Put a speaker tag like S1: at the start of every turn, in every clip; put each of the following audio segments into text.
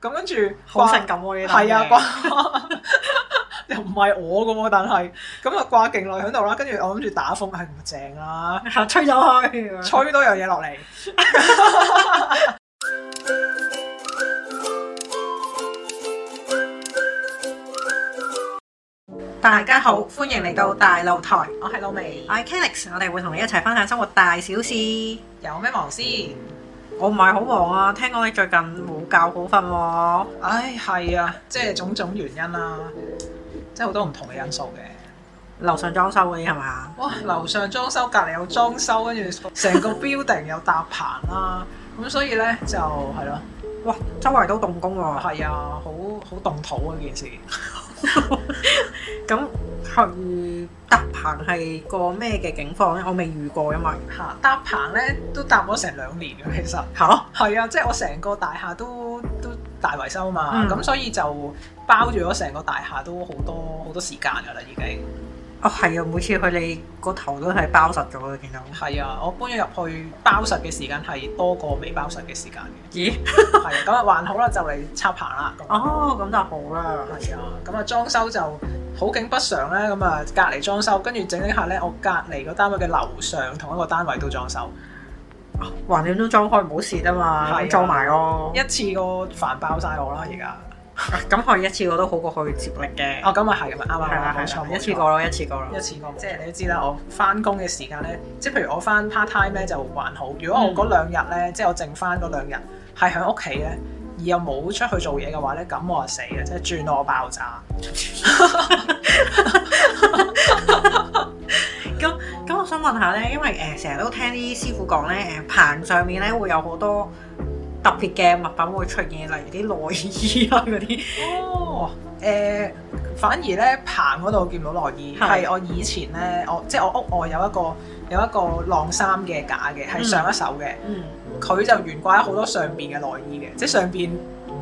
S1: 咁跟住
S2: 好
S1: 掛
S2: 性感喎呢單
S1: 係啊，
S2: 嘢
S1: 掛 又唔係我嘅喎，但係咁啊掛勁耐喺度啦，跟住我諗住打風係唔正啦，
S2: 吹咗開，
S1: 吹多樣嘢落嚟，
S2: 大家好，歡迎嚟到大露台，
S1: 我係老味
S2: 我，係 Kelix，我哋會同你一齊分享生活大小事。
S1: 有咩忙先？
S2: 我唔係好忙啊，聽講你最近冇覺好瞓喎、
S1: 唉，係啊，即係種種原因啦，即係好多唔同嘅因素嘅。
S2: 樓上裝修嗰啲係嘛？
S1: 哇！樓上裝修，隔離有裝修，跟住成個 building 又搭棚啦，咁所以咧就係咯，
S2: 哇，周圍都動工喎、
S1: 係啊，好好動土啊件事。
S2: 咁去搭棚係個咩嘅境況咧？我未遇過，因為
S1: 嚇搭棚咧都搭咗成兩年嘅，其實
S2: 嚇
S1: 係啊，即係我成個大廈都都大維修嘛，
S2: 嗯
S1: 咁、所以就包住咗成個大廈都好多好多時間㗎啦，已經
S2: 哦係啊，每次去你個頭都係包實咗嘅，見到。
S1: 係啊，我搬咗入去包實嘅時間係多過未包實嘅時間嘅，
S2: 咦？
S1: 係啊，咁啊還好啦，就嚟插棚啦。咁啊
S2: 哦，咁就好啦。
S1: 係啊，咁啊裝修就好景不常咧，咁啊隔離裝修，跟住整整下咧，我隔離個單位嘅樓上同一個單位都裝修，
S2: 橫掂都裝開唔好蝕啊嘛，
S1: 係啊
S2: 咁裝埋咯。
S1: 一次過煩爆晒我啦而家。
S2: 咁去一次過都好過去接力嘅。
S1: 哦，咁啊係咁啊，啱
S2: 係啦
S1: 啊，啱啊，冇
S2: 係
S1: 錯，
S2: 啦，
S1: 冇錯
S2: 一次過。咯，一次過咯
S1: 一。次過，即係你都知啦。我翻工嘅時間咧，即係譬如我翻 part time 咧就還好。如
S2: 嗯
S1: 果我嗰兩日咧，即係我剩翻嗰兩日係喺屋企咧，而又冇出去做嘢嘅話咧，咁我就死嘅，即係轉我爆炸。
S2: 咁我想問下咧，因為誒成日都聽啲師傅講咧，誒棚上面咧會有好多特別嘅物品會出現，例如啲內衣啊嗰啲。
S1: 哦，誒、反而咧棚嗰度見唔到內衣，
S2: 係
S1: 係我以前咧，我即係我屋外有一個有一個晾衫嘅架嘅，係
S2: 嗯
S1: 上一手嘅，
S2: 嗯。
S1: 佢、就懸掛咗好多上邊嘅內衣嘅，即係上邊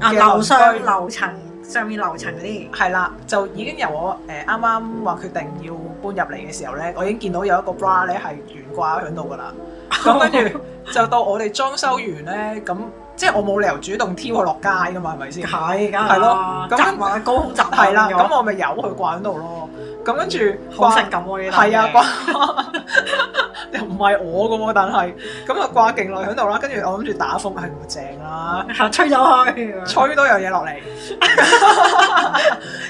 S2: 啊，
S1: 嘅
S2: 樓上
S1: 鄰居
S2: 樓層上面樓層嗰啲。
S1: 係啦，就已經由我誒啱啱話決定要搬入嚟嘅時候咧，我已經見到有一個 bra 咧係懸掛喺度噶 啦，咁跟住就到我哋裝修完咧，咁即係我冇理由主動挑佢落街噶嘛，係咪先？
S2: 係，梗
S1: 係咯咁
S2: 雜物高空雜物
S1: 係啦，
S2: 變咗
S1: 咁我咪由佢掛喺度咯，咁跟住
S2: 好
S1: 掛
S2: 性感喎呢單嘢
S1: 係啊，掛 又唔係我噶喎，但係咁啊掛勁耐喺度啦，跟住我諗住打風係唔正啦，
S2: 吹咗開，
S1: 吹多樣嘢落嚟，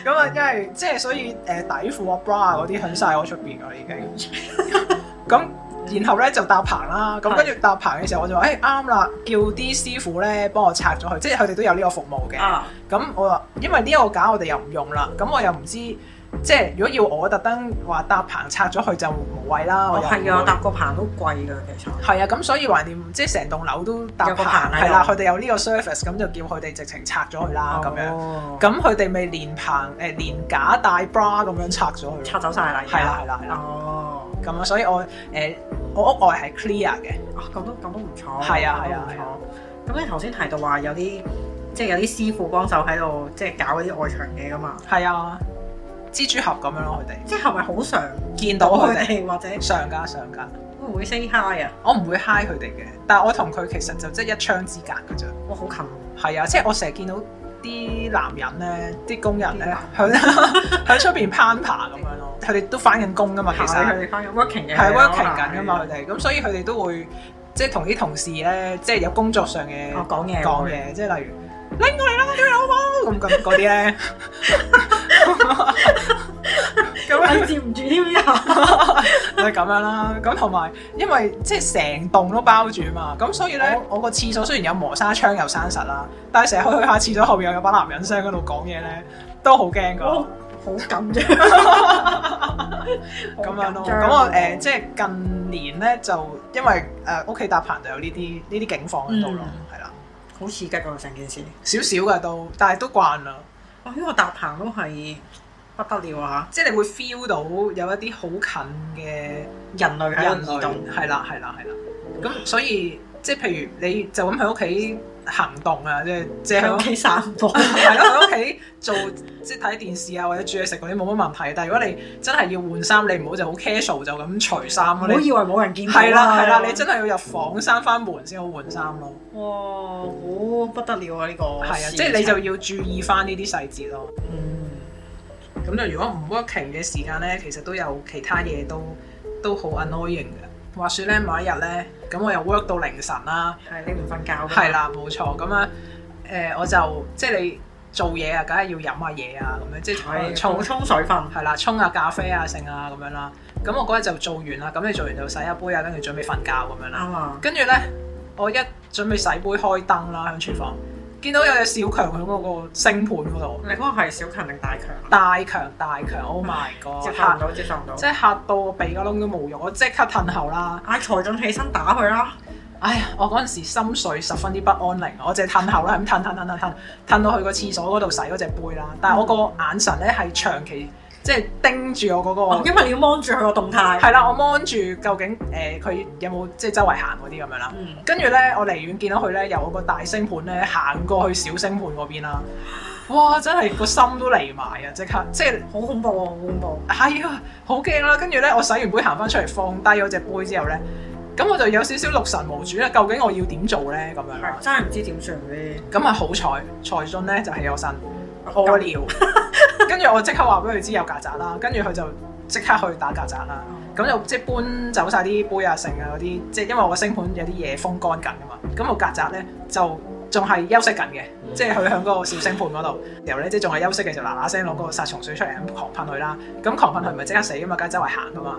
S1: 咁啊，因為即係所以誒、底褲啊 bra 嗰啲響晒我出邊噶啦已經， 咁。然後咧就搭棚啦，咁跟住搭棚嘅時候我就話：，誒哎啱啦，叫啲師傅咧幫我拆咗佢，即係佢哋都有呢個服務嘅。
S2: 啊，
S1: 咁我話，因為呢個架我哋又唔用啦，咁我又唔知，即係如果要我特登話搭棚拆咗佢就無謂啦。我
S2: 哦
S1: 又
S2: 係啊，
S1: 唔會
S2: 搭個棚都貴㗎，其實
S1: 係啊，咁所以橫掂即係成棟樓都搭
S2: 有個
S1: 棚，
S2: 棚喺度哦
S1: 係啦，佢哋有呢個 service，咁就叫佢哋直情拆咗佢啦，咁樣。
S2: 啊樣
S1: 咁佢哋咪連棚誒連架帶 bra 咁樣拆咗佢咯。
S2: 拆走晒啦，而家
S1: 係啦係啦係啦
S2: 哦，
S1: 咁啊，所以我誒、呃我屋外係 clear 嘅，
S2: 啊咁都咁都唔錯，
S1: 係啊係啊
S2: 咁都唔錯。咁你頭先提到話有啲即係有啲師傅幫手喺度即係搞嗰啲外牆嘢㗎嘛，
S1: 係啊，蜘蛛俠咁樣咯，佢哋
S2: 即係係咪好常
S1: 見
S2: 到
S1: 到佢
S2: 佢
S1: 哋
S2: 哋或者
S1: 上架上架。
S2: 會唔會 say hi 啊？
S1: 我唔會 hi 佢哋嘅，但係我同佢其實就即係一窗之隔嘅啫。
S2: 哇，好近，
S1: 係啊，即係我成日見到啲男人咧，啲工人咧，響 響出邊攀爬咁樣咯。佢哋都翻緊工噶嘛，其
S2: 係佢
S1: 實
S2: 哋翻緊 working 嘅，啊
S1: 係 working 緊噶嘛，佢哋咁，所以佢哋都會即係同啲同事咧，即係有工作上嘅
S2: 哦講嘢
S1: 講嘢，即係例如拎過嚟啦，屌你老母咁咁嗰啲 咧，咁樣
S2: 係接唔住添呢下。
S1: 就係咁樣啦。咁同埋因為即係成棟都包住嘛，咁所以咧，
S2: 哦
S1: 我個廁所雖然有磨砂窗又閂實啦，但係成日去去下廁所後面又有把男人聲喺度講嘢咧，都好驚
S2: 我
S1: 噶。
S2: 好緊張，
S1: 咁樣咯，
S2: 好緊張
S1: 咁我誒、呃即係近年咧就因為誒屋企搭棚就有呢啲呢啲境況喺度咯，
S2: 嗯
S1: 係啦、
S2: 好刺激啊！成件事，
S1: 少少噶都，但係都慣啦，
S2: 哇！呢個搭棚都係不得了啊！
S1: 即係你會 feel 到有一啲好近嘅。
S2: 人類喺
S1: 人
S2: 度移
S1: 類
S2: 動，
S1: 係啦係啦係啦，咁所以即係譬如你就咁喺屋企行動啊，即係即係
S2: 喺
S1: 喺
S2: 屋
S1: 屋企
S2: 企散步。
S1: 係咯，喺屋企做即係睇電視啊，或者煮嘢食嗰啲冇乜問題。但係如果你真係要換衫，你唔好就好 casual 就咁除衫咯。
S2: 唔好
S1: 你
S2: 以為冇人見到啊
S1: 係啦係啦，你真係要入房閂翻門先好換衫咯。
S2: 哇，好不得了啊！呢個
S1: 係啊，
S2: 事
S1: 即係你就
S2: 情
S1: 要注意翻呢啲細節咯。
S2: 嗯
S1: 咁就如果唔 working 嘅時間咧，其實都有其他嘢都都好 annoying 嘅。話說咧，某一日咧，咁我又 work 到凌晨啦，
S2: 係你唔瞓覺㗎
S1: 係，啦，冇錯。咁啊，誒、我就即係你做嘢啊，梗係要飲下嘢啊，咁樣即係沖
S2: 係沖沖水分。
S1: 係啦，沖下咖啡啊，剩啊咁樣啦。咁我嗰日就做完啦，咁你做完就洗下杯啊，跟住準備瞓覺咁樣啦。
S2: 啱啊！
S1: 跟住咧，我一準備洗杯開燈啦，喺廚房見到有隻小強喺嗰個星盤嗰度，
S2: 你嗰個係小強定大強啊？
S1: 大強大強，Oh my
S2: 接
S1: god！
S2: 受
S1: 嚇
S2: 唔到，接受唔到。
S1: 即係嚇到我鼻個窿都冇用，我即刻褪後啦。
S2: 嗌財進起身打佢啦！
S1: 唉呀，我嗰陣時心緒十分之不安寧，我淨係褪後啦，咁褪褪褪褪褪，褪到去個廁所嗰度洗嗰隻杯啦。但係我個眼神咧係長期即係盯住我嗰、
S2: 哦
S1: 個。
S2: 因為你要 mon 住佢個動態。
S1: 係啦，我 mon 住究竟誒佢、有冇即係周圍行嗰啲咁樣啦。
S2: 嗯，
S1: 跟住咧，我離遠見到佢咧，由我個大星盤咧行過去小星盤嗰邊啦。哇！真係個心都嚟埋啊！即刻即係
S2: 好恐怖喎，好恐怖！
S1: 係啊，好驚啦！跟住咧，我洗完杯行翻出嚟，放低咗隻杯之後咧，咁我就有少少六神無主啦。究竟我要點做咧？咁樣啦
S2: 係，真係唔知點算呢。
S1: 咁啊好彩，財進咧就起我身屙尿，跟住我即刻話俾佢知有曱甴啦，跟住佢就即刻去打曱甴啦。
S2: 哦
S1: 咁就即係搬走晒啲杯啊、剩啊嗰啲，即係因為我個星盤有啲嘢風乾緊噶嘛，咁我曱甴咧就仲係休息緊嘅，即係佢喺嗰個小星盤嗰度，然後咧即係仲係休息嘅時候嗱嗱聲攞嗰個殺蟲水出嚟咁狂噴佢啦，咁狂噴佢唔係即刻死噶嘛，梗係周圍行噶嘛，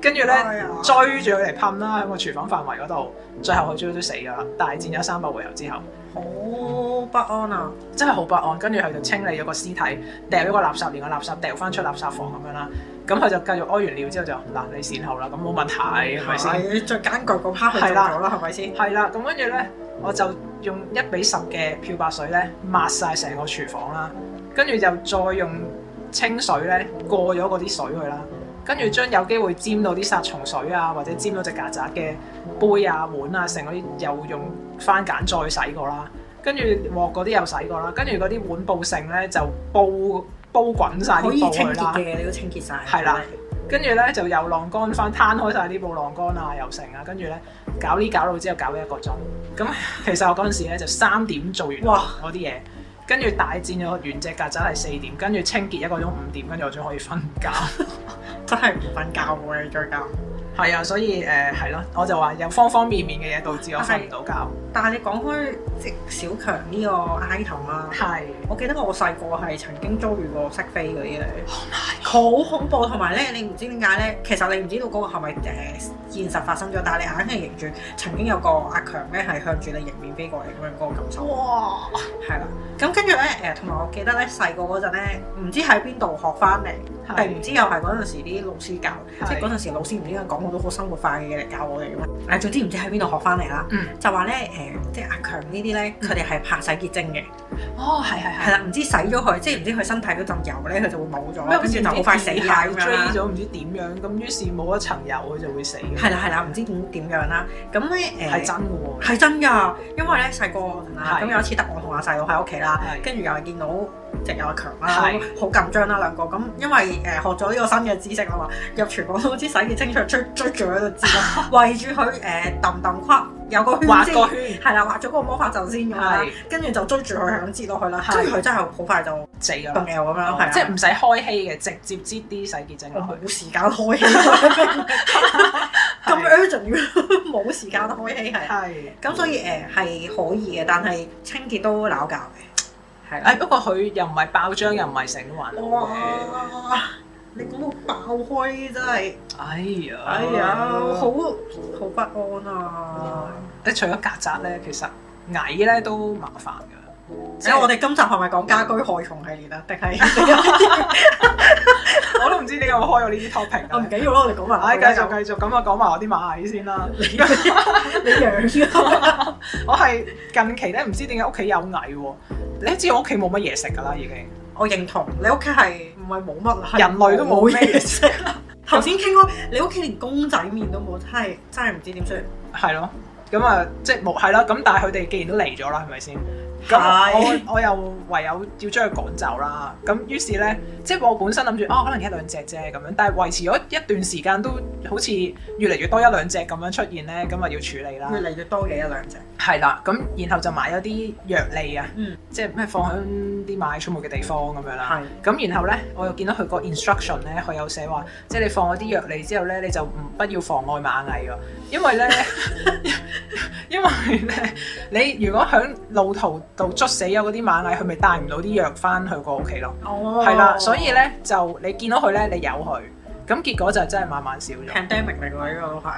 S1: 跟住咧
S2: 哎呀
S1: 追住佢嚟噴啦喺個廚房範圍嗰度，最後佢終於都死噶啦，大戰咗三百回合之後。
S2: 好不安啊！
S1: 真係好不安，跟住佢就清理咗個屍體，掉咗個垃圾，連個垃圾掉翻出垃圾房咁樣啦。咁佢就繼續屙完尿之後就嗱你善後啦，咁冇問題係咪先？
S2: 係最艱巨嗰 part 佢做
S1: 係啦
S2: 咗啦，係咪先？
S1: 係啦，咁跟住咧我就用一比十嘅漂白水咧抹晒成個廚房啦，跟住就再用清水咧過咗嗰啲水佢啦，跟住將有機會沾到啲殺蟲水啊，或者沾到隻曱甴嘅杯啊、碗啊，成嗰啲又用番梘再洗過啦，跟住鑊嗰啲又洗過啦，跟住嗰啲碗布剩咧就煲煲滾晒
S2: 可以
S1: 啲布
S2: 清
S1: 佢
S2: 潔
S1: 啦，
S2: 嘅，你都清潔晒。
S1: 係啦，跟住咧就又晾乾翻，攤開晒啲布晾乾啊，又成啊，跟住咧搞呢搞到之後搞咗一個鐘，咁其實我嗰陣時咧就三點做完
S2: 哇
S1: 我啲嘢。跟住大戰咗完隻曱甴係四點，跟住清潔一個鐘五點，跟住我先可以瞓覺。
S2: 真係唔瞓覺喎，你最近。
S1: 係啊，所以誒係咯，我就話有方方面面嘅嘢導致我瞓唔到覺。
S2: 但係你講開即係小強呢個 item 啦，
S1: 係
S2: 我記得我細個係曾經遭遇過識飛嗰啲咧，好恐怖。同埋咧，你唔知點解咧，其實你唔知道嗰個係咪誒現實發生咗，但係你硬係認住曾經有個阿強咧係向住你迎面飛過嚟咁樣嗰個感
S1: Oh
S2: 受。
S1: 哇！
S2: 係啦，咁跟住咧誒，同埋我記得咧細個嗰陣咧，唔知喺邊度學翻嚟，
S1: 係
S2: 定唔知又係嗰陣時啲老師教，
S1: 係
S2: 即係嗰陣時老師唔知點解講好多好生活化嘅嘢嚟教我哋咁樣。誒，總之唔知喺邊度學翻嚟啦，
S1: 嗯
S2: 就話咧誒，即係阿強呢啲咧，佢哋係怕洗潔精嘅，
S1: 哦，係嗯係
S2: 係啦，啊唔知洗咗佢，即係唔知佢身體嗰陣油咧，佢就會冇
S1: 咩
S2: 咗，
S1: 好
S2: 跟
S1: 似
S2: 住就好快死啊咁樣
S1: 追
S2: 啦。
S1: 咗唔知點樣，咁於是冇一層油佢就會死。
S2: 係啦係啦，唔知點點樣啦。咁咧誒
S1: 係真嘅喎。
S2: 係真㗎，因為咧細個嗰陣啦，
S1: 係
S2: 咁有一次得我同阿細佬喺屋企啦
S1: 係，
S2: 跟住又係見到隻有阿強啦，
S1: 係
S2: 好緊張啦兩個，咁因為誒學咗呢個新嘅知識啦啊嘛，入廚房都知洗潔精出追追住喺度知 啦，圍住佢誒揼揼框，有個圈
S1: 畫
S2: 先，
S1: 個圈
S2: 係啦，畫咗個魔法陣先咁樣啦
S1: 係，
S2: 跟住就追住佢咁接落去啦，
S1: 係
S2: 跟住佢真係好快就
S1: 死㗎啦
S2: 崩。掉咁樣，係啊
S1: 即係唔使開氣嘅，直接擠啲洗潔精
S2: 我
S1: 落去。
S2: 冇時間開氣， 咁
S1: 哦係
S2: urgent 冇時間開氣係。
S1: 哦係。
S2: 咁所以誒係、可以嘅，但係清潔都鬧教嘅，係啦。
S1: 哎誒不過佢又唔係爆漿，又唔係成環保嘅。
S2: 哇！你講到爆開真係，
S1: 哎呀！
S2: 哎呀，好好不安
S1: 哎
S2: 啊！
S1: 你除咗曱甴咧，其實蟻咧都麻煩㗎。
S2: 即
S1: 即
S2: 係
S1: 係
S2: 我
S1: 我哋
S2: 哋今集係咪講家居害蟲系列啊？定 係
S1: 我都唔知點解會開咗呢啲 topic
S2: 我唔
S1: 啊。
S2: 緊要咯，我哋講埋。
S1: 唉，繼續繼續，咁啊講埋我啲螞蟻先 啦。
S2: 你 養啊㗎，
S1: 我係近期咧，唔知點解屋企有蟻喎。你都知我屋企冇乜嘢食㗎啦，已經。
S2: 我認同你屋企係唔係冇乜係
S1: 人類都冇咩嘢
S2: 食。 頭先傾開，你屋企連公仔麵都冇，真係真係唔知點算。
S1: 係咯，咁啊，即係冇係啦。咁但係佢哋既然都嚟咗啦，係咪先？咁
S2: 係
S1: 我我又唯有要將佢趕走啦。咁於是咧，即係我本身諗住哦，可能一兩隻啫咁樣，但係維持咗一段時間都好似越嚟越多一兩隻咁樣出現咧，咁啊要處理啦。
S2: 越嚟越多嘅一兩隻。
S1: 係啦，咁然後就買咗啲藥嚟啊，
S2: 嗯，
S1: 即係咩放喺啲買草木嘅地方咁樣啦。
S2: 係。
S1: 咁然後咧，我又見到佢個 instruction 咧，佢有寫話，即係你放咗啲藥嚟之後咧，你就唔不要妨礙螞蟻喎，因為咧， 因為咧，你如果喺路途度捉死咗嗰啲螞蟻，佢咪帶唔到啲藥翻去個屋企咯。
S2: 哦
S1: 係啦、所以咧就你見到佢咧，你有佢，咁結果就真係慢慢少 咗。
S2: pandemic 嚟㗎，呢個都係。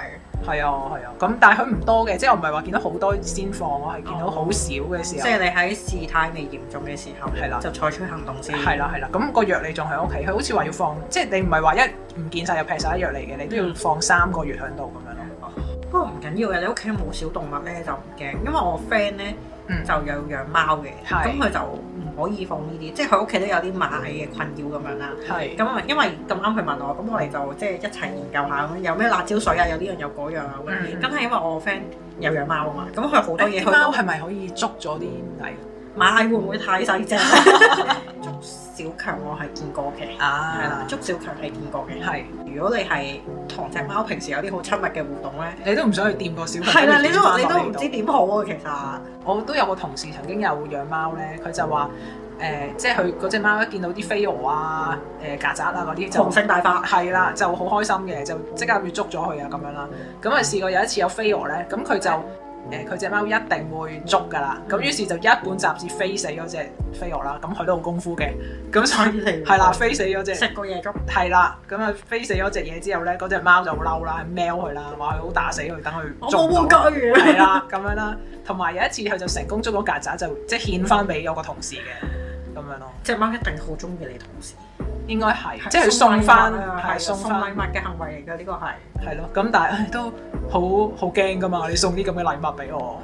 S1: 係啊，係啊，咁但係佢唔多嘅，即係我唔係話見到好多先放，我係見到好少嘅時
S2: 即
S1: 候。
S2: 係你喺事態未嚴重嘅時候，
S1: 係啦
S2: 就採取行動先。
S1: 係啦係啦，咁、個藥你仲喺屋企，佢好似話要放，即係你唔係話一唔見晒就劈晒啲藥嚟嘅，你都要放三個月喺度咁樣咯。
S2: 不過唔緊要嘅，你屋企冇小動物咧就唔驚，因為我 friend 咧
S1: 嗯
S2: 就有養貓嘅，
S1: 係
S2: 咁佢就唔可以放呢啲，即係佢屋企都有啲螞蟻嘅困擾咁樣啦。
S1: 係
S2: 咁啊，因為咁啱佢問我，咁我哋就即係一齊研究下咁有咩辣椒水啊，有呢樣有嗰樣啊咁樣。
S1: 嗯
S2: 咁係因為我 friend 有養貓啊嘛，咁佢好多嘢佢
S1: 啲
S2: 都
S1: 貓係咪可以捉咗啲蟻
S2: 螞蟻會唔會太細隻？ 捉小強我係見過嘅，
S1: 啊
S2: 係啦，捉小強係見過嘅。
S1: 係，
S2: 如果你係同只貓平時有啲好親密嘅互動咧，
S1: 你都唔想去掂個小朋友。
S2: 係啦，你
S1: 點
S2: 都
S1: 返
S2: 你
S1: 落
S2: 都唔
S1: 嚟
S2: 知
S1: 度
S2: 點好啊，其實
S1: 我都有個同事曾經有養貓咧，佢就話誒、即係佢嗰只貓一見到啲飛蛾啊、誒、曱甴啊嗰啲就
S2: 雄。性大發，
S1: 係啦，就好開心嘅，就即刻要捉咗佢啊咁樣啦。咁啊試過有一次有飛蛾咧，咁佢就誒佢只貓一定會捉㗎啦。咁於是就一本雜誌飛死嗰只飛蛾啦。咁佢都好功夫嘅，咁所以
S2: 犀利
S1: 係啦飛死嗰只
S2: 食過嘢粥，
S1: 係啦，咁啊飛死咗只嘢之後咧，嗰只貓就好嬲啦，喵佢啦，話佢好打死佢，等
S2: 我
S1: 佢捉
S2: 冇
S1: 唔
S2: 玩
S1: 到。
S2: 具
S1: 係
S2: 啊，
S1: 啦，咁樣啦，同埋有一次佢就成功捉到曱甴，就即係獻翻俾我個同事嘅咁樣咯，
S2: 只貓一定好中意你同事，
S1: 應該係，即係佢送翻，
S2: 係
S1: 係
S2: 送
S1: 送
S2: 禮物啊
S1: 翻
S2: 係送禮。物嘅行為嚟㗎，呢個係。
S1: 係咯，咁但係唉都好好驚噶嘛！你送啲咁嘅禮物俾 我，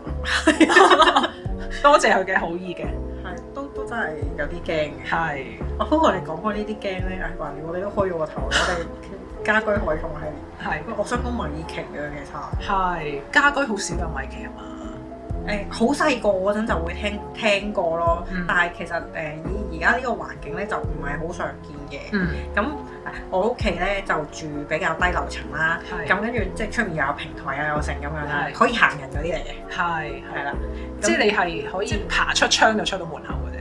S1: 多謝佢嘅好意嘅，
S2: 係，都都真係有啲驚嘅。
S1: 係
S2: 我不過你講開呢啲驚咧，唉，話我哋都開咗個頭，我哋家居害蟲係，
S1: 係
S2: 我想講米奇啊，其實。
S1: 係家居好少有米奇啊嘛，
S2: 誒好細個嗰陣就會聽聽過咯，
S1: 嗯
S2: 但係其實誒以而家呢個環境咧就唔係好常見嘅。
S1: 嗯
S2: 咁、我屋企咧就住比較低樓層啦，
S1: 係
S2: 咁跟住即係出面又有平台啊，有剩咁樣啦
S1: 係，
S2: 可以行人嗰啲嚟嘅，
S1: 係
S2: 係
S1: 係，
S2: 啦。
S1: 即係你係可以爬出窗就出到門口嘅啫，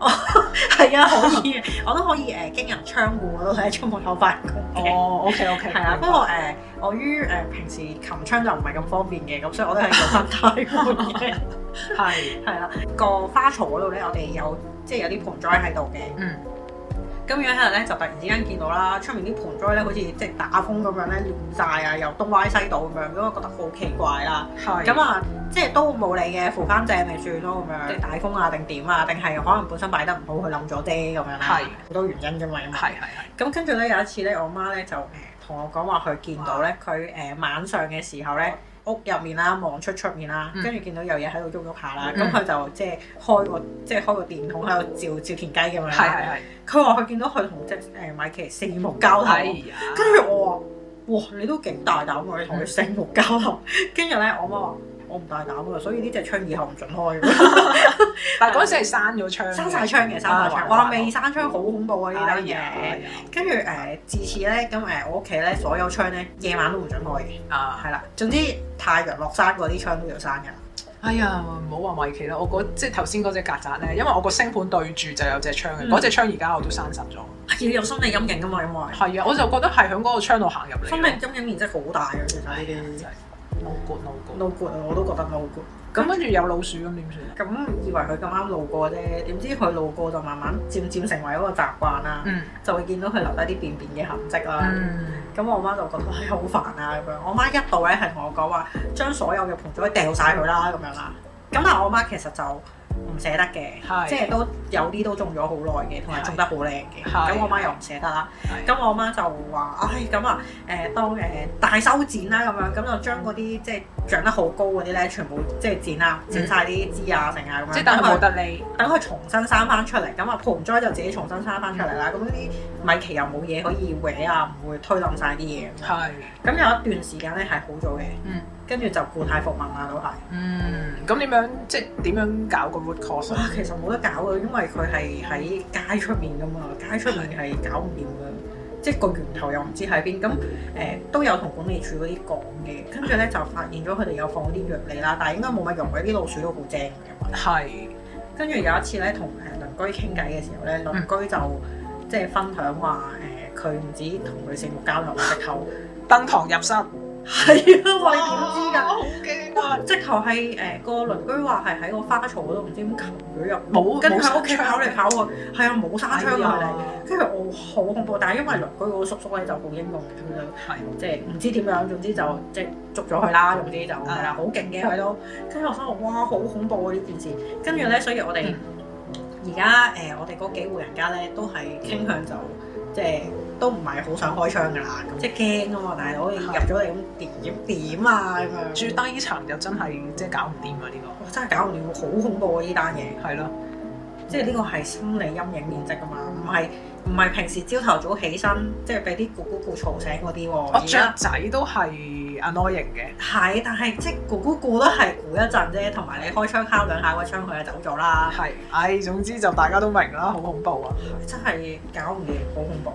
S2: 係啊，可以，我都可以誒經人窗戶嗰度喺出門口辦公嘅。
S1: 哦，OK OK，
S2: 係啦，啊不過誒、呃我於誒、平時擒窗就唔係咁方便嘅，咁所以我都係用翻大門 嘅。
S1: 係
S2: 係啦，個花槽嗰度咧，我哋有即係有啲盆栽喺度嘅。
S1: 嗯
S2: 咁有一日咧，就突然之間見到啦，出面啲盆栽咧，好似即係打風咁樣咧，亂晒啊，又東歪西倒咁樣，咁我覺得好奇怪啦。
S1: 係
S2: 咁啊，即係都冇理嘅，扶翻正咪算咯咁樣。大風啊，定點啊，定係可能本身擺得唔好，佢冧咗啫咁樣啦。
S1: 係
S2: 好多原因㗎嘛。因為
S1: 係係係
S2: 咁跟住咧有一次咧，我媽咧就誒同我講話，佢見到咧佢誒晚上嘅時候咧，屋入面啦，望出出面啦，
S1: 嗯
S2: 跟住見到有嘢喺度喐喐下啦，
S1: 嗯
S2: 咁佢就即係開個即係開個電筒喺度照照田雞咁樣
S1: 係
S2: 啦。
S1: 係係，
S2: 佢話佢見到佢同隻誒米奇四目交
S1: 哎
S2: 頭，
S1: 呀，
S2: 跟住我話：哇，你都幾大膽喎！你
S1: 嗯
S2: 同佢四目交頭。跟住咧，我媽話：我唔大膽㗎，所以呢隻窗以後唔准 開㗎。
S1: 但係嗰陣時係閂咗窗嘅，
S2: 閂晒窗嘅，閂
S1: 啊
S2: 晒窗。哇，未閂窗好恐怖啊！呢單
S1: 哎
S2: 嘢。
S1: 呀哎呀
S2: 跟住誒、呃自此咧，咁誒、呃我屋企咧所有窗咧夜晚都唔准開嘅，
S1: 啊！
S2: 係啦。總之太陽落山嗰啲窗都要閂㗎 啦。
S1: 哎呀，唔好話米奇啦，我嗰即係頭先嗰只曱甴咧，因為我個星盤對住就有隻窗嘅，
S2: 嗯
S1: 嗰隻窗而家我都閂實咗。
S2: 要哎有心理陰影㗎嘛，因為
S1: 係啊，我就覺得係喺嗰個窗度行入嚟。
S2: 心理陰影面積好大嘅，啊其實呢
S1: 哎呀
S2: 啲
S1: 真係 no good no good。
S2: 路過我都覺得路過。
S1: 咁跟住有老鼠咁點算啊？
S2: 咁以為佢咁啱路過啫，點知佢路過就慢慢漸漸成為一個習慣啦，
S1: 嗯
S2: 就會見到佢留低啲便便嘅痕跡啦。
S1: 嗯，
S2: 咁我媽就覺得唉好煩啊咁樣，我媽一度咧係同我講話將所有嘅盆栽掉晒佢啦咁樣啦。咁但係我媽其實就唔捨得嘅，
S1: 係
S2: 即係都有啲都種咗好耐嘅，同埋種得好靚嘅。
S1: 係
S2: 咁我媽又唔捨得啦。
S1: 係
S2: 咁我媽就話：唉咁啊誒，當誒大修剪啦咁樣，咁就將嗰啲即係長得好高嗰啲咧，全部即係剪啦，剪晒啲枝啊成啊咁樣。
S1: 嗯即係等佢冇得你。
S2: 等佢重新生翻出嚟，咁啊盆栽就自己重新生翻出嚟啦。咁啲米奇又冇嘢可以搲啊，唔會推冧晒啲嘢。
S1: 係
S2: 咁有一段時間咧係好咗嘅，
S1: 嗯
S2: 跟住就故態復萌啊啦，都係。
S1: 嗯，咁點樣即係點樣搞個 root cause
S2: 哇
S1: 啊？，
S2: 其實冇得搞嘅，因為佢係喺街出面噶嘛，街出面係搞唔掂嘅，即係個源頭又唔知喺邊。咁誒、呃都有同管理處嗰啲講嘅，跟住咧就發現咗佢哋有放啲藥嚟啦，但係應該冇乜用嘅，啲老鼠都好精嘅。
S1: 係
S2: 跟住有一次咧，同誒鄰居傾偈嘅時候咧，鄰居就即係分享話誒，佢、唔止同女性目交流，直頭
S1: 登堂入室，
S2: 係啊，
S1: 我
S2: 喂點知㗎？
S1: 好驚
S2: 哇！
S1: 啊！
S2: 直頭係誒個鄰居話係喺個花槽嗰度唔知點擒咗入，
S1: 冇
S2: 跟住
S1: 冇
S2: 喺屋企
S1: 紗窗
S2: 跑嚟跑去，係啊冇紗窗啊佢哋，
S1: 係
S2: 跟住我好恐怖，但係因為鄰居嗰個叔叔咧就好英勇嘅，佢就即係唔知點樣，總之就即係捉咗佢啦，總之就係啦，好勁嘅佢都。跟住我心諗哇，好恐怖啊呢件事。跟住咧，所以我哋
S1: 嗯
S2: 而家誒我哋嗰幾戶人家咧都係傾向就即係都唔係好想開槍㗎啦，即係驚啊嘛，大佬你入咗嚟咁點點啊咁樣。
S1: 住低層就真係即係搞唔掂啊！呢
S2: 哇！真係搞唔掂，好恐怖啊！呢單嘢，
S1: 個係咯，
S2: 即係呢個係心理陰影面積啊嘛，唔係唔係平時朝頭早起身，即係俾啲咕咕咕嘈醒嗰啲喎。
S1: 我
S2: 而
S1: 雀
S2: 家
S1: 仔都係 annoying 嘅，
S2: 係，但係即係咕咕咕都係咕一陣啫，同埋你開窗敲兩下個窗，佢就走咗啦。
S1: 係，唉，總之就大家都明啦，好恐怖啊！
S2: 真係搞唔掂，好恐怖。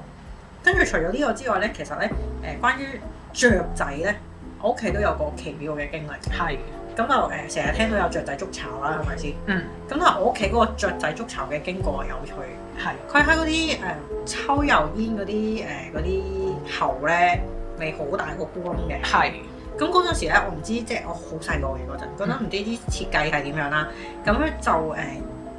S2: 跟住除咗呢個之外咧，其實咧誒、關於雀仔咧，我屋企都有個奇妙嘅經歷。
S1: 係，
S2: 咁就誒，成日聽到有雀仔築巢啦，係咪先？
S1: 嗯，
S2: 咁但係我屋企嗰個雀仔築巢嘅經過係有趣嘅
S1: 係，
S2: 佢喺嗰啲誒抽油煙嗰啲誒嗰啲喉咧，咪好大個窟窿嘅。
S1: 係，
S2: 咁嗰陣時咧，我唔知即係我好細個嘅嗰陣，嗰陣唔知啲設計係點樣啦。咁咧就誒、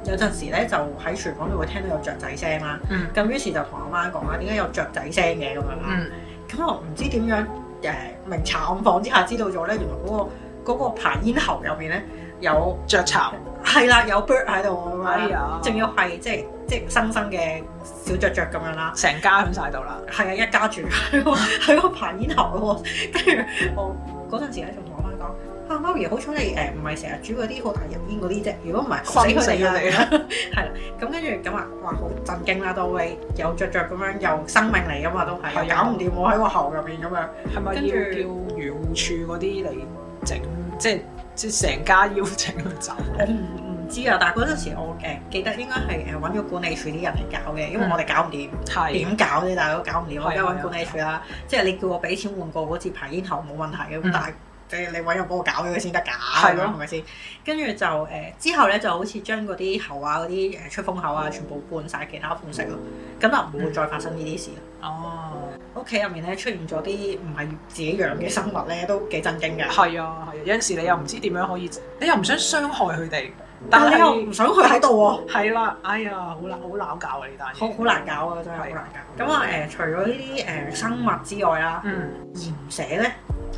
S2: 有陣時咧就喺廚房度會聽到有雀仔聲啦。
S1: 嗯，
S2: 咁於是就同我媽講啦，點解有雀仔聲嘅咁樣啦。
S1: 嗯，
S2: 咁、我唔知點樣誒、明查暗訪之下知道咗咧，原來嗰、個嗰、個排煙喉入面咧有
S1: 雀巢，哎
S2: 係啦有 bird 喺度咁樣啦，
S1: 呀
S2: 仲要係即係即係生生嘅小雀雀咁樣啦。
S1: 成家喺晒度啦，
S2: 係啊，一家住喺個 喺個棚煙頭喎，跟住我嗰陣時咧仲同我媽講。啊，媽咪，好彩你誒唔係成日煮嗰啲好大入煙嗰啲啫，如果唔係焗死佢哋
S1: 你
S2: 啊！
S1: 啦，
S2: 咁跟住咁啊，哇，好震驚啦，都喂，有雀雀咁樣，又生命嚟噶嘛，都係
S1: 係
S2: 又
S1: 啊
S2: 搞唔掂我喺個喉入面咁樣，
S1: 係咪要
S2: 跟住
S1: 叫漁護處嗰啲嚟整，即係即係成家邀請佢走？
S2: 我唔唔知啊，但係嗰陣時我誒、記得應該係誒揾咗管理處啲人嚟搞嘅，因為
S1: 嗯
S2: 我哋搞唔掂，
S1: 係，
S2: 點搞啫，大佬搞唔掂，我而家
S1: 係啊
S2: 揾管理處啦，即係你叫我俾錢換過嗰次排煙喉冇問題嘅，咁、
S1: 嗯
S2: 但係。即係你揾人幫我搞咗佢先得㗎，
S1: 係咯
S2: 係咪先？跟住就誒、之後咧就好似將嗰啲喉啊、嗰啲誒出風口
S1: 嗯
S2: 啊，全部換晒其他款式咯。咁就唔會再發生呢啲事啦。
S1: 哦。
S2: 屋企入面咧出現咗啲唔係自己養嘅生物咧，都幾震驚㗎。
S1: 係啊，係啊，有陣時你又唔知點樣可以，你又唔想傷害佢哋，但
S2: 但係你又
S1: 係
S2: 唔想佢喺度喎。
S1: 係啦，哎呀，好鬧好鬧教啊呢單
S2: 好
S1: 嘢，
S2: 好難搞啊！真係好難搞。咁啊誒，除咗呢啲誒生物之外啦，
S1: 嗯，
S2: 鹽蛇咧，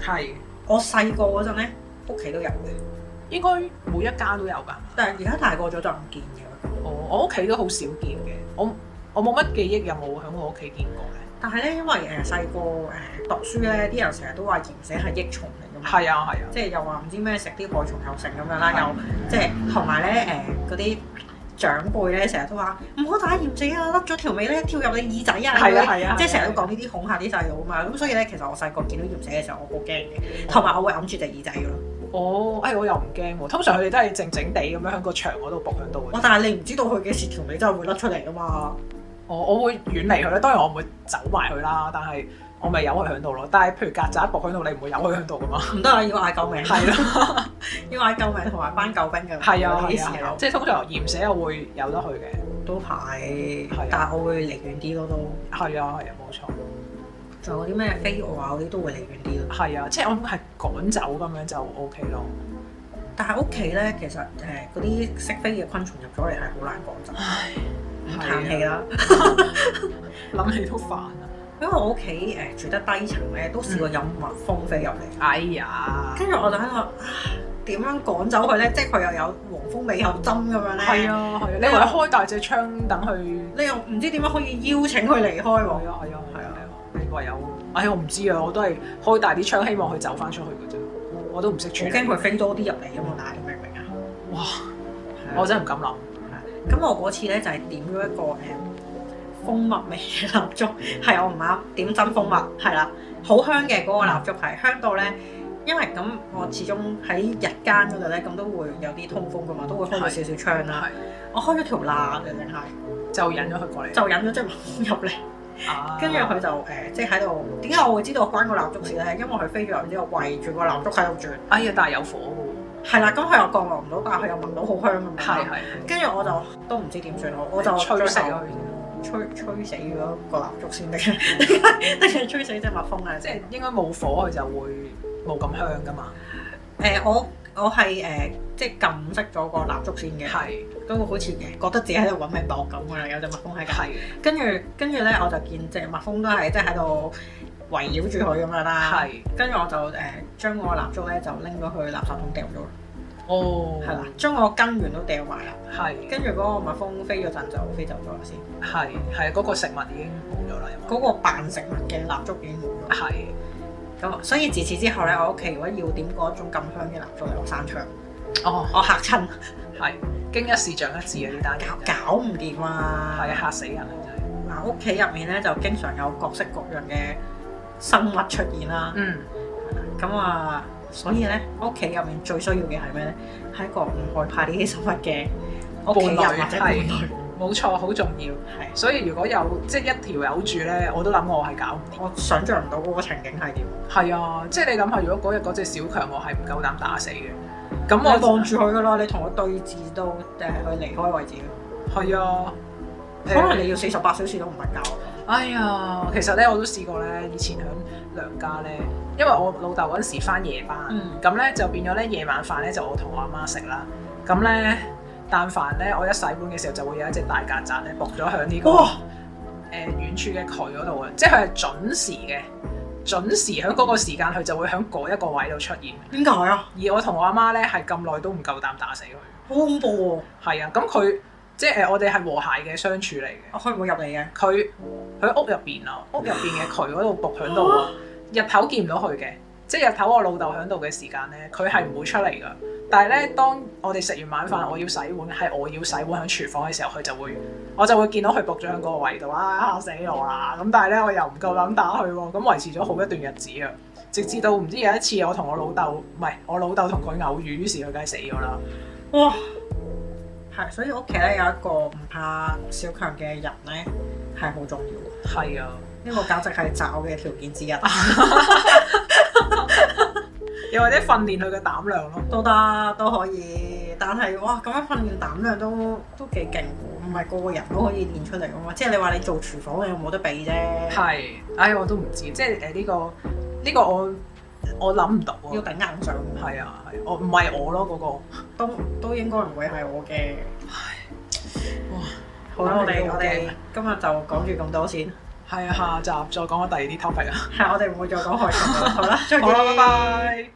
S1: 係
S2: 我細個嗰陣咧屋企都有嘅，
S1: 應該每一家都有㗎。
S2: 但係而家大個咗就唔見嘅。
S1: 我哦我屋企都好少見嘅，我我冇乜記憶有冇喺我屋企見過嘅。
S2: 但係咧，因為誒細個誒讀書咧，啲人成日都話鹽蛇係益蟲嚟㗎嘛，
S1: 係啊係啊，
S2: 即係又話唔知咩食啲害蟲又成咁樣啦，
S1: 係
S2: 又即係同埋咧誒嗰啲。長輩咧成日都話唔好打鹽蛇啊，甩咗條尾咧跳入你耳仔啊，
S1: 係啊係啊，
S2: 即係成日都講呢啲恐嚇啲細路啊嘛，咁所以咧其實我細個見到鹽蛇嘅時候，我好驚
S1: 啊
S2: 嘅，同埋我會揞住隻耳仔嘅咯。
S1: 我哎我又唔驚喎，通常佢哋都係靜靜地咁樣喺個牆嗰度仆喺度嘅
S2: 哇！。但係你唔知道佢幾時條尾真係會甩出嚟噶嘛？
S1: 哦我我會遠離佢啦，當然我唔會走埋佢啦，但係我咪由佢喺度咯。但係譬如曱甴仆喺度，你唔會由佢喺度噶嘛？
S2: 唔得啊！要嗌救命，
S1: 係咯。
S2: 要嗌救命同埋班救兵嘅。
S1: 係啊
S2: 呢
S1: 係
S2: 啲時
S1: 啊
S2: 候，
S1: 即係通常鹽蛇我會有得去嘅。
S2: 都係
S1: 係啊，
S2: 但係我會離遠啲咯都。
S1: 係啊係啊，冇錯。
S2: 仲有啲
S1: 嗯
S2: 咩飛蛾啊嗰啲都會離遠啲咯。
S1: 係啊，即係我係趕走咁樣就 O K 咯。
S2: 但係屋企咧，其實誒呃嗰啲識飛嘅昆蟲入咗嚟係好難趕走，
S1: 唉，啊
S2: 咁嘆氣啦。
S1: 諗起都煩啊！
S2: 因為我屋企誒住得低層咧，都試過有蜜蜂飛入嚟。
S1: 哎呀，
S2: 跟住我就喺度啊點樣趕走佢咧？即係佢又有黃蜂尾後針咁樣咧。
S1: 係啊係啊，你唯有開大隻窗等佢。
S2: 你又唔知點樣可以邀請佢離開喎？
S1: 係啊係啊係
S2: 係
S1: 啊
S2: 啊！
S1: 你唯有，哎我唔知啊，我都係開大啲窗，希望佢走翻出去嘅啫。我都唔識處
S2: 我
S1: 理
S2: 驚佢飛多啲入嚟啊嘛！但係你明唔明啊？
S1: 哇！
S2: 我
S1: 我真係唔敢諗。
S2: 咁我嗰次咧就係點咗一個誒蜂蜜味嘅蠟
S1: 嗯
S2: 燭，係我唔啱點真蜂蜜，係啦，好香嘅嗰個蠟燭係香到咧因為咁我始終喺日間嗰度咧，咁都會有啲通風噶嘛，都會開咗少少窗啦。我開咗條罅嘅，定係
S1: 就引咗佢過嚟。
S2: 就引咗隻蚊入嚟，跟住
S1: 啊
S2: 佢就誒、即係喺度。點解我會知道關個蠟燭事咧？因為佢飛咗入嚟之後，圍住個蠟燭喺度轉。
S1: 哎呀，但係有火
S2: 係啦，咁佢又降落唔到，但係佢又聞到好香咁
S1: 喎，
S2: 樣
S1: 係
S2: 啦。
S1: 係
S2: 跟住我就都唔知點算好，我就
S1: 吹死
S2: 最
S1: 咗
S2: 後
S1: 佢先，
S2: 吹吹死咗個蠟燭先，定 係定係吹死隻蜜蜂啊！
S1: 即係應該冇火佢就會冇咁香噶嘛。
S2: 誒、我我係誒、即係撳熄咗個蠟燭先嘅，
S1: 係
S2: 都好似嘅，覺得自己喺度揾命搏咁㗎啦，有隻蜜蜂喺隔離。
S1: 係
S2: 跟住跟住咧，我就見隻蜜蜂都係即係喺度圍繞住佢咁樣啦。
S1: 係
S2: 跟住我就誒、將個蠟燭咧就拎咗去垃圾桶掉咗啦，
S1: 哦，
S2: 係啦、將個根源都掉埋啦。
S1: 係
S2: 跟住嗰個蜜蜂飛咗陣就飛走咗啦先，
S1: 係係嗰個食物已經冇咗啦，有冇？
S2: 嗰、個扮食物嘅蠟燭已經冇咗。
S1: 係
S2: 咁啊所以自此之後咧，我屋企如果要點嗰種咁香嘅蠟燭咧，我閂窗，
S1: 哦，
S2: 我嚇親，
S1: 係經一事長一智嘅啊呢單嘢真係，
S2: 搞唔掂啊！
S1: 係嚇死人啊真係。
S2: 嗱，屋企入面咧就經常有各式各樣嘅生物出現啦。
S1: 嗯，
S2: 咁啊，所以咧屋企入面最需要嘅係咩咧？係一個唔害怕呢啲生物嘅屋企人
S1: 伴侶
S2: 或者伴侶。
S1: 冇錯，好重要。
S2: 係，
S1: 所以如果有即係一條友住咧，我都諗我係搞唔掂。
S2: 我想像唔到嗰個情景係點。
S1: 係啊，即係你諗下，如果嗰日嗰隻小強我係唔夠膽打死嘅，咁
S2: 我
S1: 我
S2: 望住啊佢噶啦，你同我對峙到誒佢離開為止。
S1: 係啊。
S2: 可能你要四十八小時都唔瞓覺。
S1: 哎呀，其實咧我都試過咧，以前喺娘家咧，因為我老豆嗰陣時翻夜班
S2: 嗯，
S1: 咁咧、就變咗咧夜晚飯咧就我同我阿媽食啦。咁咧，但凡咧我一洗碗嘅時候，就會有一隻大曱甴咧仆咗響呢個誒
S2: 哇
S1: 呃遠處嘅渠嗰度啊，即係佢係準時嘅，準時喺嗰個時間佢就會喺嗰一個位度出現。
S2: 點解啊？
S1: 而我同我阿媽咧係咁耐都唔夠膽打死佢。
S2: 好恐怖
S1: 係啊，咁佢即係呃誒我哋係和諧嘅相處嚟嘅。
S2: 喎！佢唔會入嚟嘅。
S1: 佢佢屋入邊啊，屋入邊嘅渠嗰度仆喺度啊，日頭見唔到佢嘅，即係日頭我老豆喺度嘅時間咧，佢係唔會出嚟噶。但係咧，當我哋食完晚飯，我要洗碗，係我要洗碗喺廚房嘅時候，佢就會，我就會見到佢仆咗喺嗰個位度啊，嚇死我啦！咁但係咧，我又唔夠膽打佢喎，咁維持咗好一段日子啊，直至到唔知有一次我同我老豆，唔係我老豆同佢偶遇，於是佢梗係死咗啦。
S2: 哇！係，所以屋企咧有一個唔怕小強嘅人咧係好重要嘅，
S1: 係啊，
S2: 呢個簡直係找嘅條件之一
S1: 又或者訓練佢嘅膽量咯。
S2: 都得都可以，但係哇咁樣訓練膽量都都幾勁喎，唔係個個人都可以練出嚟噶嘛。即係你話你做廚房你有冇得比啫？
S1: 係，唉，我都唔知，即係誒呢個呢、個我我諗唔到啊
S2: 要。頂硬上，
S1: 係啊，係我唔係我咯嗰、個。
S2: 都都應該唔會係我嘅。
S1: 哇
S2: 好啦，
S1: 我
S2: 我
S1: 哋
S2: 哋我哋今日就講住咁多先，
S1: 係啊，下集再講個第二啲 topic 啊。
S2: 係我哋唔會再講害蟲啦。好啦，再
S1: 好啦，拜
S2: 見。
S1: 拜。